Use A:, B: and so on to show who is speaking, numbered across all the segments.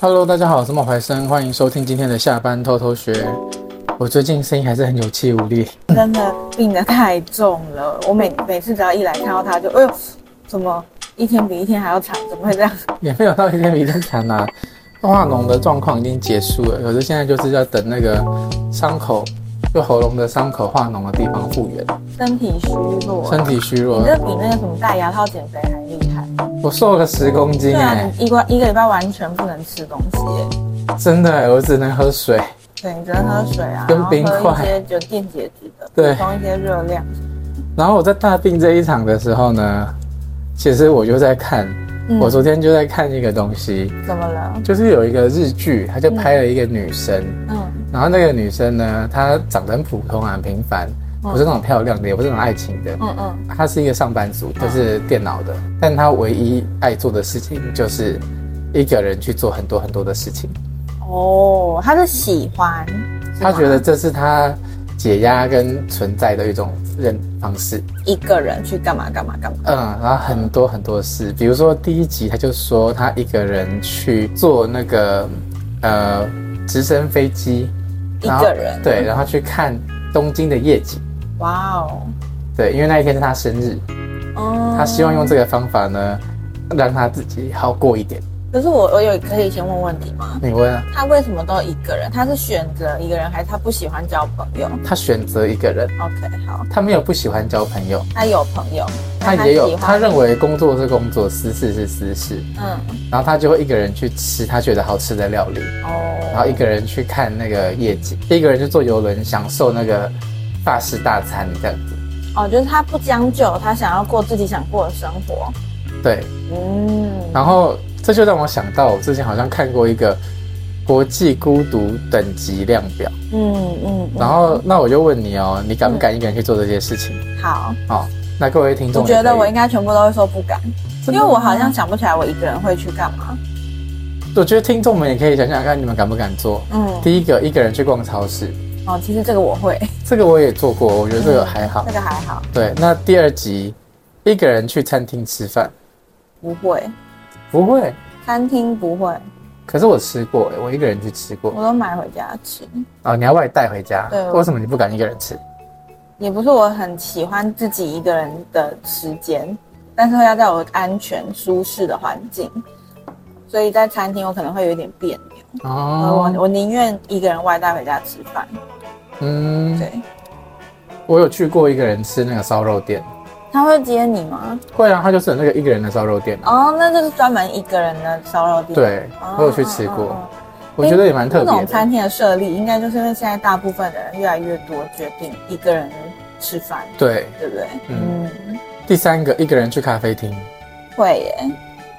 A: Hello，大家好，我是冒牌生，欢迎收听今天的下班偷偷学。我最近声音还是很有气无力，
B: 真的病得太重了。我每每次只要一来看到他就，哎呦，怎么一天比一天还要长？怎么会这样？
A: 也没有到一天比一天强啊。化脓的状况已经结束了，可是现在就是要等那个伤口，就喉咙的伤口化脓的地方复原。
B: 身体虚弱，
A: 身体虚弱
B: 你，这比那个什么戴牙套减肥还厉害。
A: 我瘦了十公斤
B: 对啊，
A: 哎、
B: 你一个一个礼拜完全不能吃东西耶。
A: 真的、哎我只能喝水。
B: 对，你只能喝水啊，
A: 跟
B: 然后
A: 冰块
B: 喝一些就电解质的，
A: 对
B: 补充一些热量。
A: 然后我在大病这一场的时候呢，其实我就在看，
B: 嗯
A: 我昨天就在看一个东西，
B: 怎么了？
A: 就是有一个日剧，他就拍了一个女生，
B: 嗯，
A: 然后那个女生呢，她长得很普通啊，很平凡，
B: 嗯
A: 不是那种漂亮的，也不是那种爱情的，
B: 嗯嗯，
A: 她是一个上班族，就是电脑的，但她唯一爱做的事情就是一个人去做很多很多的事情，
B: 哦，他是喜欢，是
A: 她
B: 吗
A: 觉得这是她解压跟存在的一种认方式。
B: 一个人去干嘛干嘛干嘛。
A: 嗯，然后很多很多事，比如说第一集他就说他一个人去坐那个呃直升飞机，
B: 一
A: 然后
B: 个人
A: 对，然后去看东京的夜景，
B: 哇哦，
A: 对，因为那一天是他生日，
B: 嗯
A: 他希望用这个方法呢，让他自己好过一点。
B: 可是我我有可以先问问题吗？
A: 你问啊，
B: 他为什么都一个人？他是选择一个人，还是他不喜欢交朋友
A: 他选择一个人，
B: ？OK，好，
A: 他没有不喜欢交朋友，
B: 他有朋友，
A: 他
B: 那
A: 也有
B: 喜
A: 他
B: 欢
A: 认为工作是工作，私事是私事，
B: 嗯
A: 然后他就会一个人去吃他觉得好吃的料理。
B: 哦，
A: 然后一个人去看那个夜景，一个人就坐游轮享受那个法式大餐这样子。
B: 哦，就是他不将就，他想要过自己想过的生活。
A: 对，
B: 嗯，
A: 然后这就让我想到，我之前好像看过一个国际孤独等级量表。
B: 嗯嗯，嗯
A: 然后那我就问你哦，你敢不敢一个人去做这些事情？
B: 好，
A: 哦，那各位听众
B: 我
A: 也可以，
B: 觉得我应该全部都会说不敢，因
A: 真的
B: 为
A: 吗
B: 我好像，想不起来我一个人会去干嘛。
A: 我觉得听众们也可以想想看，你们敢不敢做？
B: 嗯，
A: 第一个，一个人去逛超市，
B: 哦，其实这个我会，
A: 这个我也做过，我觉得这
B: 嗯
A: 个还好
B: 这。个还好，
A: 对，那第二集，一个人去餐厅吃饭，
B: 不会，
A: 不会，
B: 餐厅不会，
A: 可是我吃过、欸，我一个人去吃过。
B: 我都买回家吃。
A: 哦，你要外带回家？
B: 对
A: 为什么你不敢一个人吃？
B: 也不是我很喜欢自己一个人的时间，但是要在我安全舒适的环境，所以在餐厅我可能会有点别
A: 哦，
B: 扭。呃我我宁愿一个人外带回家吃饭。
A: 嗯，
B: 对，
A: 我有去过一个人吃那个烧肉店，
B: 他会接你吗？
A: 会啊，它就是有那个一个人的烧肉店啊。
B: 哦，那就是专门一个人的烧肉店。
A: 对
B: 哦，，
A: 我有去吃过，
B: 哦哦
A: 我觉得也蛮特
B: 那种
A: 别的。
B: 餐厅的设立，应该就是因为现在大部分的人越来越多决定一个人吃饭，
A: 对，
B: 对不对？
A: 嗯
B: 嗯，
A: 第三个一个人去咖啡厅
B: 会耶，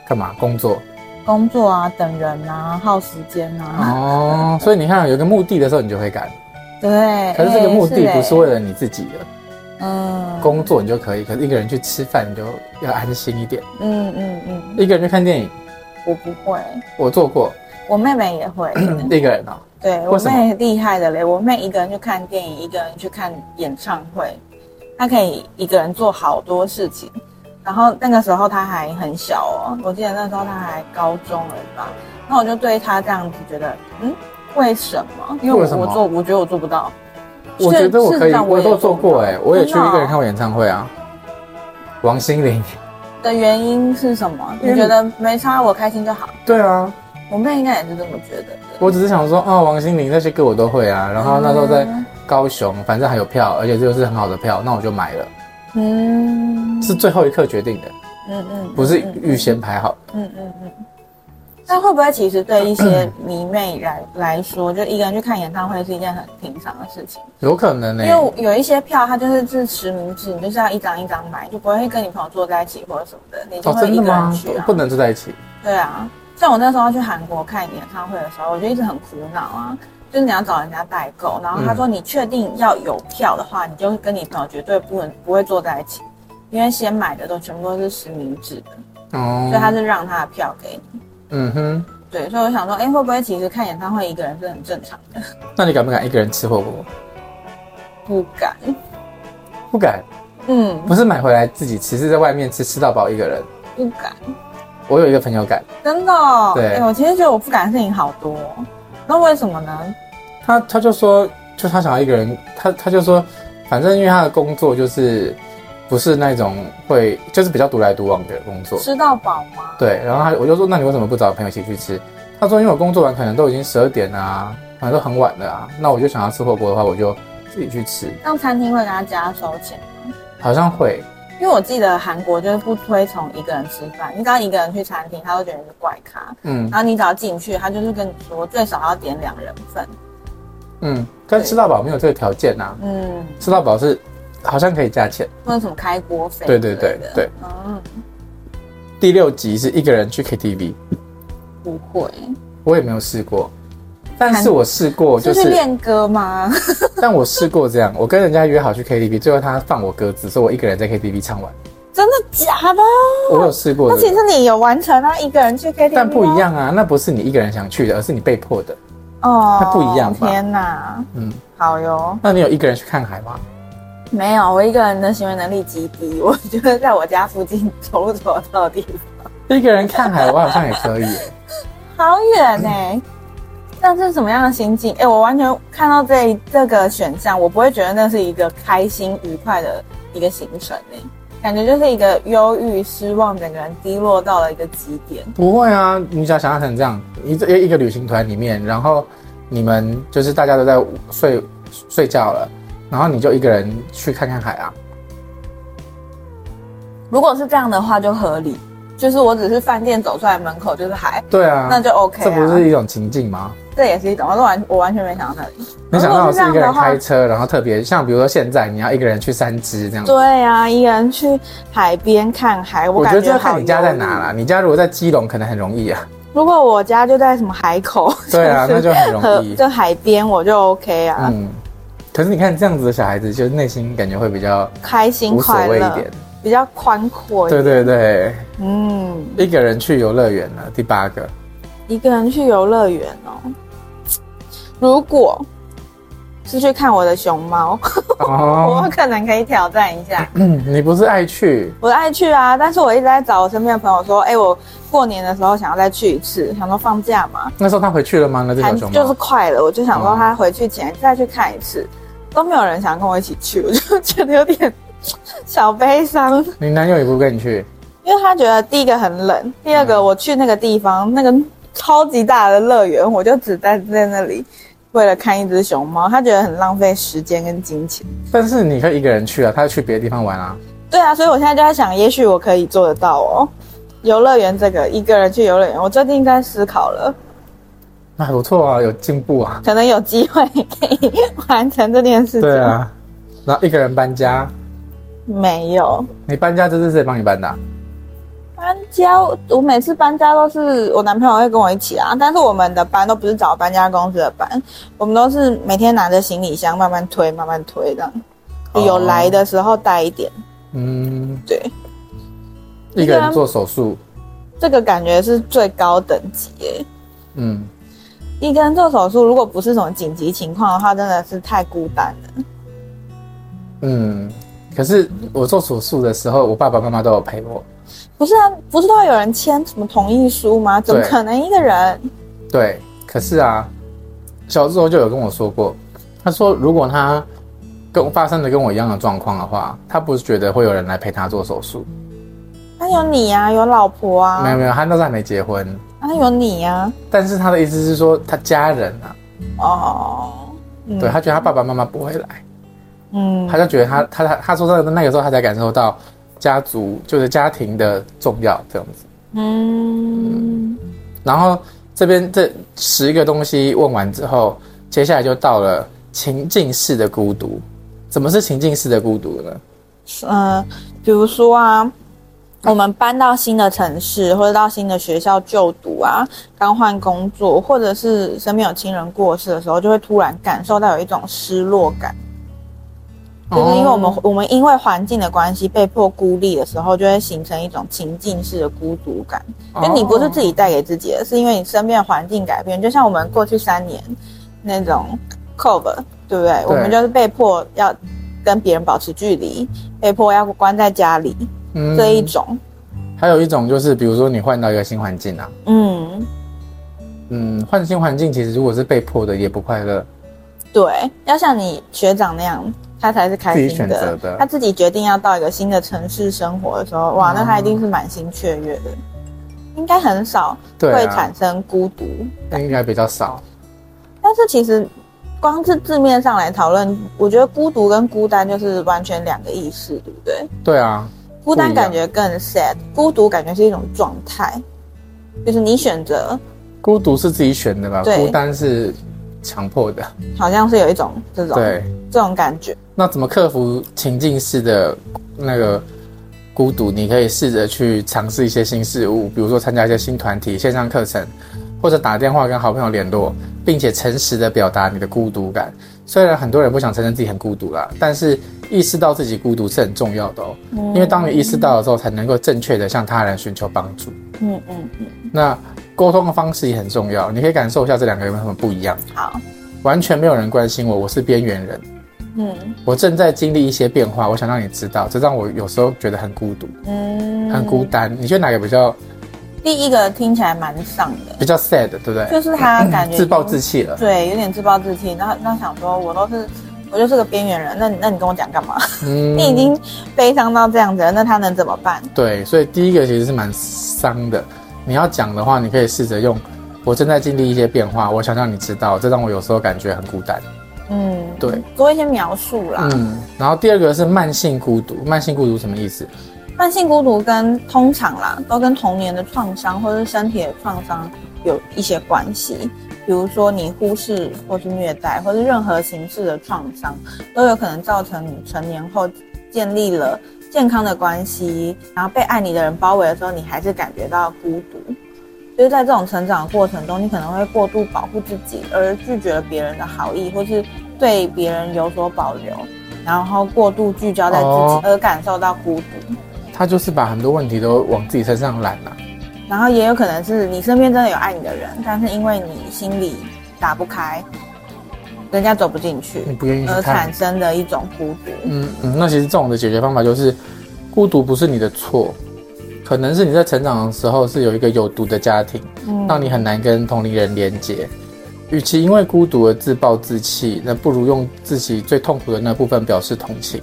A: 干嘛？工作。
B: 工作啊，等人啊，耗时间啊。
A: 哦，所以你看有个目的的时候你就会干，
B: 对，
A: 可是这个目的不是为
B: 了
A: 了你自己的
B: 嗯
A: 工作你就可以，可是一个人去吃饭你就要安心一点。
B: 嗯嗯嗯，
A: 一个人去看电影，
B: 我不会，
A: 我做过，
B: 我妹妹也 会。
A: 一个人哦，
B: 对
A: 为
B: 我
A: 什么
B: 妹厉害的嘞，我妹一个人去看电影，一个人去看演唱会，她可以一个人做好多事情。然后那个时候她还很小哦，我记得那时候她还高中而已吧。那我就对她这样子觉得，嗯，为什么？因为
A: 为什
B: 我
A: 么
B: 我做，我觉得我做不到。
A: 我觉得我可
B: 事实
A: 以，
B: 上
A: 我
B: 也
A: 都做过哎、
B: 不到
A: 我也去
B: 真的
A: 一个人
B: 哦
A: 看过演唱会啊。王心凌，
B: 的原因是什么？
A: 因
B: 你
A: 为
B: 觉得没差，我开心就好。
A: 对啊，
B: 我妹应该也是这么觉得的。
A: 我只是想说，哦，王心凌那些歌我都会啊。然后那时候在
B: 嗯
A: 高雄，反正还有票，而且这就是很好的票，那我就买了。
B: 嗯，
A: 是最后一刻决定的，
B: 嗯嗯，
A: 不是
B: 嗯
A: 预先排好。
B: 嗯嗯嗯。那会不会其实对一些迷妹来来说，就一个人去看演唱会是一件很平常的事情？
A: 有可能欸呢、
B: 因为有一些票它就是是实名制，你就是要一张一张买，就不会跟你朋友坐在一起或者什么的，你就
A: 哦，
B: 会
A: 真
B: 一
A: 的
B: 个人
A: 吗
B: 去啊。？
A: 不能住在一起。
B: 对啊，像我那时候去韩国看演唱会的时候，我就一直很苦恼啊，就是你要找人家代购，然后他说你确定要有票的话，你就跟你朋友绝对不能不会坐在一起，因为先买的都全部都是实名制的，
A: 哦
B: 所以，他是让他的票给你。
A: 嗯哼，
B: 对，所以我想说，哎、会不会其实看演唱会一个人是很正常的？
A: 那你敢不敢一个人吃火锅？
B: 不敢，
A: 不敢，
B: 嗯，
A: 不是买回来自己吃，是在外面吃，吃到饱一个人。
B: 不敢，
A: 我有一个朋友改，
B: 真的哦。
A: 对
B: 哎我其实觉得我不敢的事情好多哦、那为什么呢？
A: 他他就说，就他想要一个人，他他就说，反正因为他的工作就是不是那种会，就是比较独来独往的工作，
B: 吃到饱吗？
A: 对。然后他我就说，那你为什么不找朋友一起去吃？他说，因为我工作完可能都已经十二点啦、啊，反正都很晚了啊，那我就想要吃火锅的话，我就自己去吃，
B: 让餐厅会给他加收钱，
A: 好像会，
B: 因为我记得韩国就是不推崇一个人吃饭，你只要一个人去餐厅，他都觉得你是怪咖。
A: 嗯
B: 然后你只要进去，他就是跟你说最少要点两人份。
A: 嗯，但吃到饱没有这个条件啊，
B: 嗯，
A: 吃到饱是好像可以加钱。
B: 或者什么开锅费。
A: 对对对对。
B: 嗯，
A: 第六集是一个人去 KTV，
B: 不会，
A: 我也没有试过，但是我试过，就是是
B: 练歌吗？
A: 但我试过这样，我跟人家约好去 KTV，最后他放我鸽子，说我一个人在 KTV 唱完。
B: 真的假的？
A: 我有试过
B: 那其
A: 的，
B: 实你有完成啊，一个人去 KTV，
A: 但不
B: 吗
A: 一。样啊，那不是你一个人想去的，而是你被迫的。
B: 哦，
A: 那不一样吧
B: 天哪，
A: 嗯，
B: 好哟，
A: 那你有一个人去看海吗？
B: 没有，我一个人的行为能力极低，我觉得在我家附近走路走到底，
A: 一个人看海，我好像也可以。
B: 好远呢、那是什么样的心境？哎、我完全看到这一这个选项，我不会觉得那是一个开心愉快的一个行程哎、感觉就是一个忧郁、失望，整个人低落到了一个极点。
A: 不会啊，你只要想象成这样，一这一个旅行团里面，然后你们就是大家都在睡睡觉了，然后你就一个人去看看海啊。
B: 如果是这样的话，就合理。就是我只是饭店走出来门口就是海，
A: 对啊，
B: 那就 OK 啊。
A: 这不是一种情境吗？
B: 这也是一种，我完我完全没想到那里。
A: 没想到是一个人开
B: 如果是这样的话
A: 车，然后特别像比如说现在你要一个人去三芝这样子。
B: 对啊，一个人去海边看海，我
A: 我觉
B: 感
A: 得这
B: 觉
A: 要
B: 好
A: 看你家在
B: 忧郁
A: 哪啦。。你家如果在基隆，可能很容易 啊。
B: 如果我家就在什么海口，
A: 对啊，那
B: 是
A: 就很容
B: 和
A: 易。
B: 就海边，我就 OK 啊，
A: 嗯，可是你看这样子的小孩子，就是内心感觉会比较
B: 开心
A: 无所
B: 快
A: 谓一
B: 乐，
A: 点。
B: 比较宽阔。
A: 对对对，
B: 嗯，
A: 一个人去游乐园了，第八个，
B: 一个人去游乐园哦。如果是去看我的熊猫，我
A: 哦，
B: 可能可以挑战一下。
A: 嗯你不是爱去？
B: 我爱去啊，但是我一直在找我身边的朋友说，哎、我过年的时候想要再去一次，想说放假嘛，
A: 那时候他回去了吗？那这
B: 还
A: 条熊
B: 就是
A: 猫，
B: 快了，我就想说
A: 哦
B: 他回去前再去看一次，都没有人想跟我一起去，我就觉得有点小悲伤，
A: 你男友也不跟你去？
B: 因为他觉得第一个很冷，第二个
A: 嗯
B: 我去那个地方那个超级大的乐园，我就只待在那里。为了看一只熊猫，他觉得很浪费时间跟金钱。
A: 但是你可以一个人去啊，他去别的地方玩啊。
B: 对啊，所以我现在就在想，也许我可以做得到哦。游乐园这个，一个人去游乐园，我最近在思考了，
A: 那还不错啊，有进步啊。
B: 可能有机会可以完成这件事情。
A: 对，啊，然后一个人搬家，
B: 没有，
A: 你搬家这是谁帮你搬的啊、
B: 搬家，我每次搬家都是我男朋友会跟我一起啊，但是我们的搬都不是找搬家公司的搬，我们都是每天拿着行李箱慢慢推，慢慢推这样，
A: 哦
B: 有来的时候带一点。
A: 嗯，
B: 对，
A: 一个人做手术，
B: 这个感觉是最高等级耶。
A: 嗯，
B: 一个人做手术，如果不是什么紧急情况的话，真的是太孤单了。
A: 嗯，可是我做手术的时候，我爸爸妈妈都有陪我。
B: 不是啊，不是都会有人签什么同意书吗？怎么
A: 对
B: 可能一个人？
A: 对，可是啊，小时候就有跟我说过，他说如果他跟发生的跟我一样的状况的话，他不是觉得会有人来陪他做手术。
B: 他有你呀、啊，有老婆
A: 没有
B: 啊，
A: 没有，他那时候还没结婚，
B: 他有你啊呀、
A: 但是他的意思是说他家人啊，
B: 哦，嗯
A: 对他觉得他爸爸妈妈不会来。
B: 嗯
A: 他就觉得他他他他说他的那个时候他才感受到家族就是家庭的重要这样子。
B: 嗯，
A: 然后这边这十个东西问完之后，接下来就到了情境式的孤独。怎么是情境式的孤独呢？
B: 呃，比如说啊，我们搬到新的城市，或者到新的学校就读啊，刚换工作，或者是身边有亲人过世的时候，就会突然感受到有一种失落感，就是因为我们、
A: 哦
B: 我们因为环境的关系被迫孤立的时候，就会形成一种情境式的孤独感。
A: 哦
B: 就你不是自己带给自己的，是因为你身边的环境改变。就像我们过去三年那种 cover，对不对？我们就是被迫要跟别人保持距离，被迫要关在家里
A: 嗯
B: 这一种。
A: 还有一种就是，比如说你换到一个新环境啊，
B: 嗯，
A: 嗯，换新环境其实如果是被迫的，也不快乐。
B: 对，要像你学长那样，他才是开
A: 自己
B: 心
A: 选择
B: 的。
A: 的
B: 他自己决定要到一个新的城市生活的时候，哇，那他
A: 哦
B: 一定是满心雀跃的，应该很少
A: 对
B: 会
A: 啊
B: 产，生孤独。
A: 应该比较少。
B: 但是其实光是字面上来讨论，我觉得孤独跟孤单就是完全两个意思，对不对？
A: 对啊，
B: 孤单感觉更 sad，孤独感觉是一种状态，就是你选择，
A: 孤独是自己选的吧，
B: 对
A: 孤单是强迫的。
B: 好像是有一种这种
A: 对，
B: 这种感觉。
A: 那怎么克服情境式的那个孤独？你可以试着去尝试一些新事物，比如说参加一些新团体、线上课程，或者打电话跟好朋友联络，并且诚实的表达你的孤独感。虽然很多人不想承认自己很孤独啦，但是意识到自己孤独是很重要的哦。因为当你意识到了之后，才能够正确的向他人寻求帮助。
B: 嗯嗯嗯，
A: 那沟通的方式也很重要，你可以感受一下这两个有没有什么不一样。
B: 好，
A: 完全没有人关心我，我是边缘人。
B: 嗯
A: 我正在经历一些变化，我想让你知道，这让我有时候觉得很孤独、
B: 嗯，
A: 很孤。单。你觉得哪个比较
B: 第一个听起来蛮丧的，
A: 比较 sad，对不对？
B: 就是他感觉
A: 自暴自弃 了。
B: 对，有点自暴自弃。那那想说，我都是我就是个边缘人，那你那你跟我讲干嘛？
A: 嗯
B: 你已经悲伤到这样子了，那他能怎么办？
A: 对，所以第一个其实是蛮伤的。你要讲的话，你可以试着用“我正在经历一些变化，我想让你知道，这让我有时候感觉很孤单。
B: 嗯，
A: 对，
B: 多一些描述啦。
A: 嗯，然后第二个是慢性孤独。慢性孤独什么意思？
B: 慢性孤独跟通常啦，都跟童年的创伤或是身体的创伤有一些关系。比如说你忽视或是虐待，或是任何形式的创伤，都有可能造成你成年后建立了健康的关系，然后被爱你的人包围的时候，你还是感觉到孤独。就是在这种成长的过程中，你可能会过度保护自己，而拒绝了别人的好意，或是对别人有所保留，然后过度聚焦在自己
A: 哦，
B: 而感受到孤独。
A: 他就是把很多问题都往自己身上揽了、啊
B: 然后也有可能是你身边真的有爱你的人，但是因为你心里打不开，人家走不进去
A: 嗯你，不愿意去
B: 而
A: 看
B: 产。生的一种孤独。
A: 嗯嗯，那其实这种的解决方法就是，孤独不是你的错，可能是你在成长的时候是有一个有毒的家庭，
B: 嗯
A: 让你很难跟同龄人连接。与其因为孤独而自暴自弃，那不如用自己最痛苦的那部分表示同情，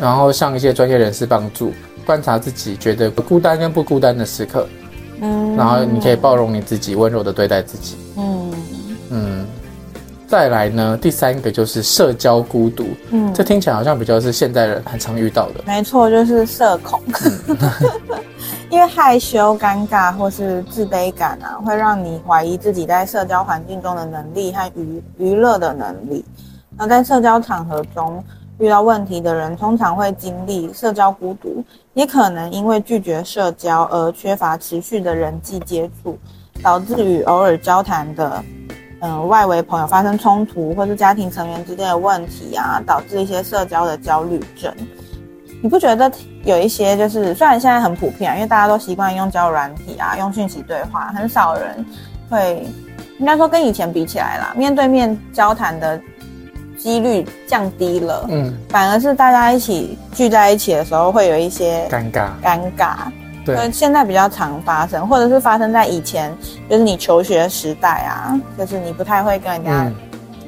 A: 然后向一些专业人士帮助，观察自己觉得孤单跟不孤单的时刻，
B: 嗯
A: 然后你可以包容你自己，温柔的对待自己。
B: 嗯
A: 嗯，再来呢，第三个就是社交孤独，
B: 嗯
A: 这，听起来好像比较是现代人很常遇到的。
B: 没错，就是社 恐，因为害羞、尴尬或是自卑感啊，会让你怀疑自己在社交环境中的能力和娱娱乐的能力。那在社交场合中遇到问题的人，通常会经历社交孤独，也可能因为拒绝社交而缺乏持续的人际接触，导致与偶尔交谈的。嗯，外围朋友发生冲突，或是家庭成员之间的问题啊，导致一些社交的焦虑症。你不觉得有一些就是，虽然现在很普遍、啊，因为大家都习惯用交友软体啊，用讯息对话，很少人会，应该说跟以前比起来啦，面对面交谈的几率降低了，
A: 嗯，
B: 反而是大家一起聚在一起的时候，会有一些
A: 尴尬。
B: 尴尬。
A: 对，
B: 呃，现在比较常发生，或者是发生在以前，就是你求学时代啊，就是你不太会跟人家
A: 嗯，，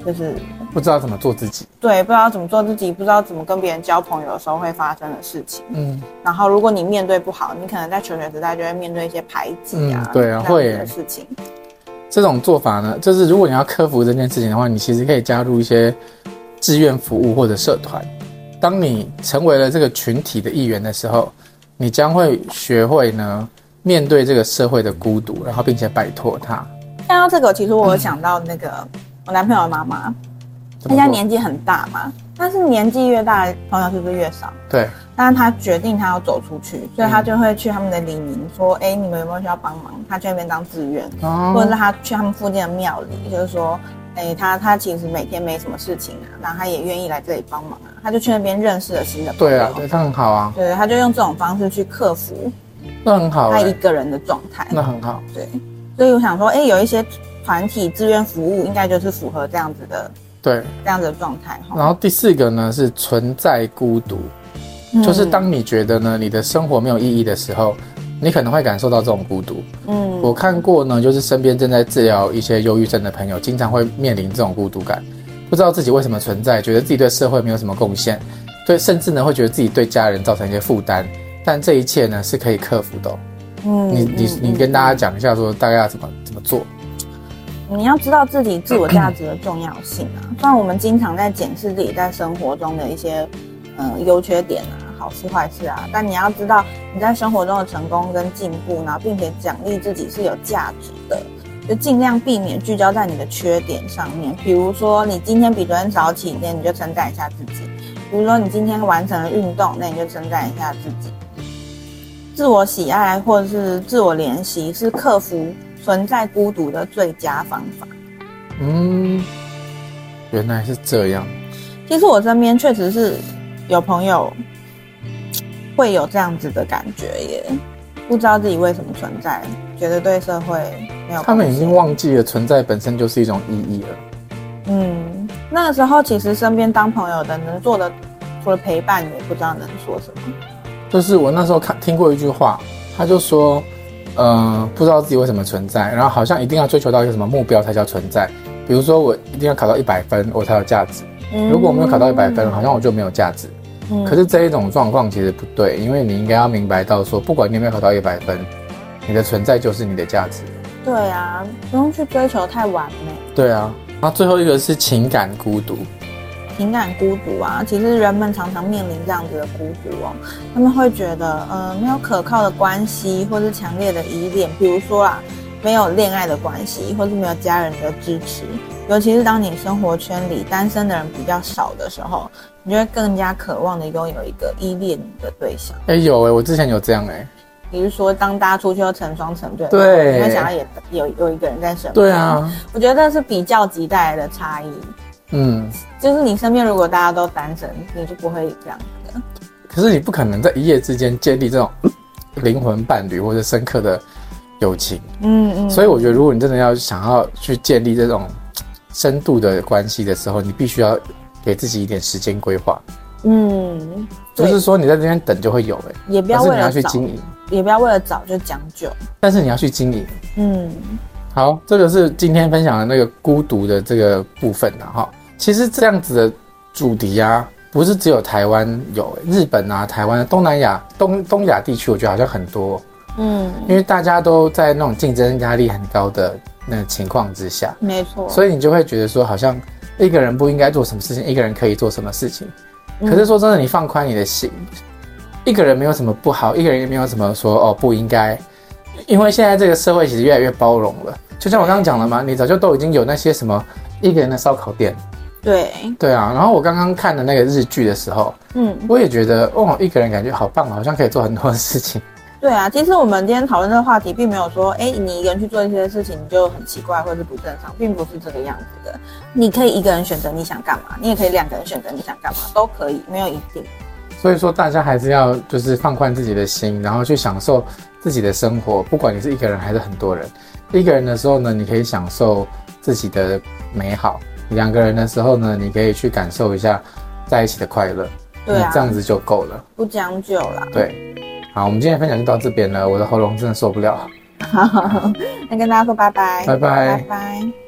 B: 就是、
A: 不知道怎么做自己。
B: 对，不知道怎么做自己，不知道怎么跟别人交朋友的时候会发生的事情。
A: 嗯，
B: 然后，如果你面对不好，你可能在求学时代就会面对一些排挤啊，
A: 嗯对啊
B: 这样子
A: 会耶
B: 的事情。
A: 这种做法呢，就是如果你要克服这件事情的话，你其实可以加入一些志愿服务或者社团。当你成为了这个群体的一员的时候，你将会学会呢面对这个社会的孤独，然后并且摆脱它。
B: 看到这个，其实我有想到那个、我男朋友的妈妈，她
A: 嗯怎么
B: 现在
A: 做
B: 年纪很大嘛，但是年纪越大，朋友是不是越少？
A: 对，
B: 但是他决定他要走出去，所以他就会去他们的里民说：“哎、你们有没有需要帮忙？”他去那边当志愿，或者是
A: 哦，
B: 他去他们附近的庙里，就是说：“哎、他他其实每天没什么事情啊，然后他也愿意来这里帮忙啊。”他就去那边认识了新的朋友。
A: 对啊，对，那很好啊，
B: 对，他就用这种方式去克服
A: 那很好、
B: 他一
A: 欸，
B: 个人的状态。
A: 那很好。
B: 对，所以我想说，哎、有一些团体志愿服务应该就是符合这样子的
A: 对，
B: 这样子的状态哈。
A: 然后第四个呢是
B: 嗯
A: 存在孤独，就是当你觉得呢你的生活没有意义的时候，你可能会感受到这种孤独。
B: 嗯，
A: 我看过呢，就是身边正在治疗一些忧郁症的朋友，经常会面临这种孤独感，不知道自己为什么存在，觉得自己对社会没有什么贡献，对，甚至呢会觉得自己对家人造成一些负担。但这一切呢是可以克服的哦、
B: 嗯
A: 你你你跟大家讲一下，说大概要怎么怎么做。
B: 你要知道自己自我价值的重要性啊。虽然我们经常在检视自己在生活中的一些嗯优缺点啊、好事坏事啊，但你要知道你在生活中的成功跟进步，然后并且奖励自己是有价值的。就尽量避免聚焦在你的缺点上面，比如说你今天比昨天早起一点，你就称赞一下自己；比如说你今天完成了运动，那你就称赞一下自己。自我喜爱或者是自我怜惜是克服存在孤独的最佳方法。
A: 嗯，原来是这样。
B: 其实我身边确实是有朋友会有这样子的感觉耶，不知道自己为什么存在，觉得对社会没有贡献。
A: 他们已经忘记了存在本身就是一种意义了。
B: 嗯，那个时候其实身边当朋友的能做的，除了陪伴，也不知道能说什么。
A: 就是我那时候看听过一句话，他就说，呃，不知道自己为什么存在，然后好像一定要追求到一个什么目标才叫存在。比如说我一定要考到一百分，我才有价值。
B: 嗯
A: 如果我没有考到一百分，好像我就没有价值。
B: 嗯
A: 可是这一种状况其实不对，因为你应该要明白到说，不管你有没有考到一百分，你的存在就是你的价值。
B: 对啊，不用去追求太完美。
A: 对啊，然后最后一个是情感孤独。
B: 情感孤独啊，其实人们常常面临这样子的孤独哦，他们会觉得，呃，没有可靠的关系，或是强烈的依恋，比如说啊，没有恋爱的关系，或是没有家人的支持，尤其是当你生活圈里单身的人比较少的时候，你就会更加渴望的拥有一个依恋的对象。
A: 哎、有哎、我之前有这样哎、
B: 比如说，当大家出去都成双成对，
A: 对
B: 你会想要也有有一个人在身边。
A: 对，啊，
B: 我觉得这是比较级带来的差异。
A: 嗯，
B: 就是你身边如果大家都单身，你就不会这样的。
A: 可是你不可能在一夜之间建立这 种灵魂伴侣或者深刻的友情，
B: 嗯嗯。
A: 所以我觉得，如果你真的要想要去建立这种深度的关系的时候，你必须要给自己一点时间规划，
B: 嗯，
A: 不
B: 对，
A: 是说你在这边等就会有哎、
B: 也不
A: 而
B: 要
A: 是
B: 为
A: 你要
B: 了
A: 去
B: 早，
A: 经营，
B: 也不要为了早就将就。
A: 但是你要去经营。
B: 嗯
A: 好，这个是今天分享的那个孤独的这个部分啊，哈。其实这样子的主题啊，不是只有台湾有，日本啊、台湾、东南亚、东东亚地区，我觉得好像很多，
B: 嗯，
A: 因为大家都在那种竞争压力很高的那个情况之下，
B: 没错。
A: 所以你就会觉得说，好像一个人不应该做什么事情，一个人可以做什么事情。可是说真的，你放宽你的心，一个人没有什么不好，一个人也没有什么说哦不应该，因为现在这个社会其实越来越包容了。就像我刚刚讲了嘛，你早就都已经有那些什么一个人的烧烤店，
B: 对，
A: 对啊。然后我刚刚看的那个日剧的时候，
B: 嗯，
A: 我也觉得哦，一个人感觉好棒，好像可以做很多的事情。
B: 对啊。其实我们今天讨论这个话题，并没有说，哎，你一个人去做一些事情，你就很奇怪或者是不正常，并不是这个样子的。你可以一个人选择你想干嘛，你也可以两个人选择你想干嘛，都可以，没有一定。
A: 所以说，大家还是要就是放宽自己的心，然后去享受自己的生活。不管你是一个人还是很多人，一个人的时候呢，你可以享受自己的美好；两个人的时候呢，你可以去感受一下在一起的快乐。
B: 对啊
A: 嗯那这，样子就够了。
B: 不将就啦。
A: 对，好，我们今天的分享就到这边了。我的喉咙真的受不了，
B: 好，那跟大家说拜拜，
A: 拜拜
B: 拜拜。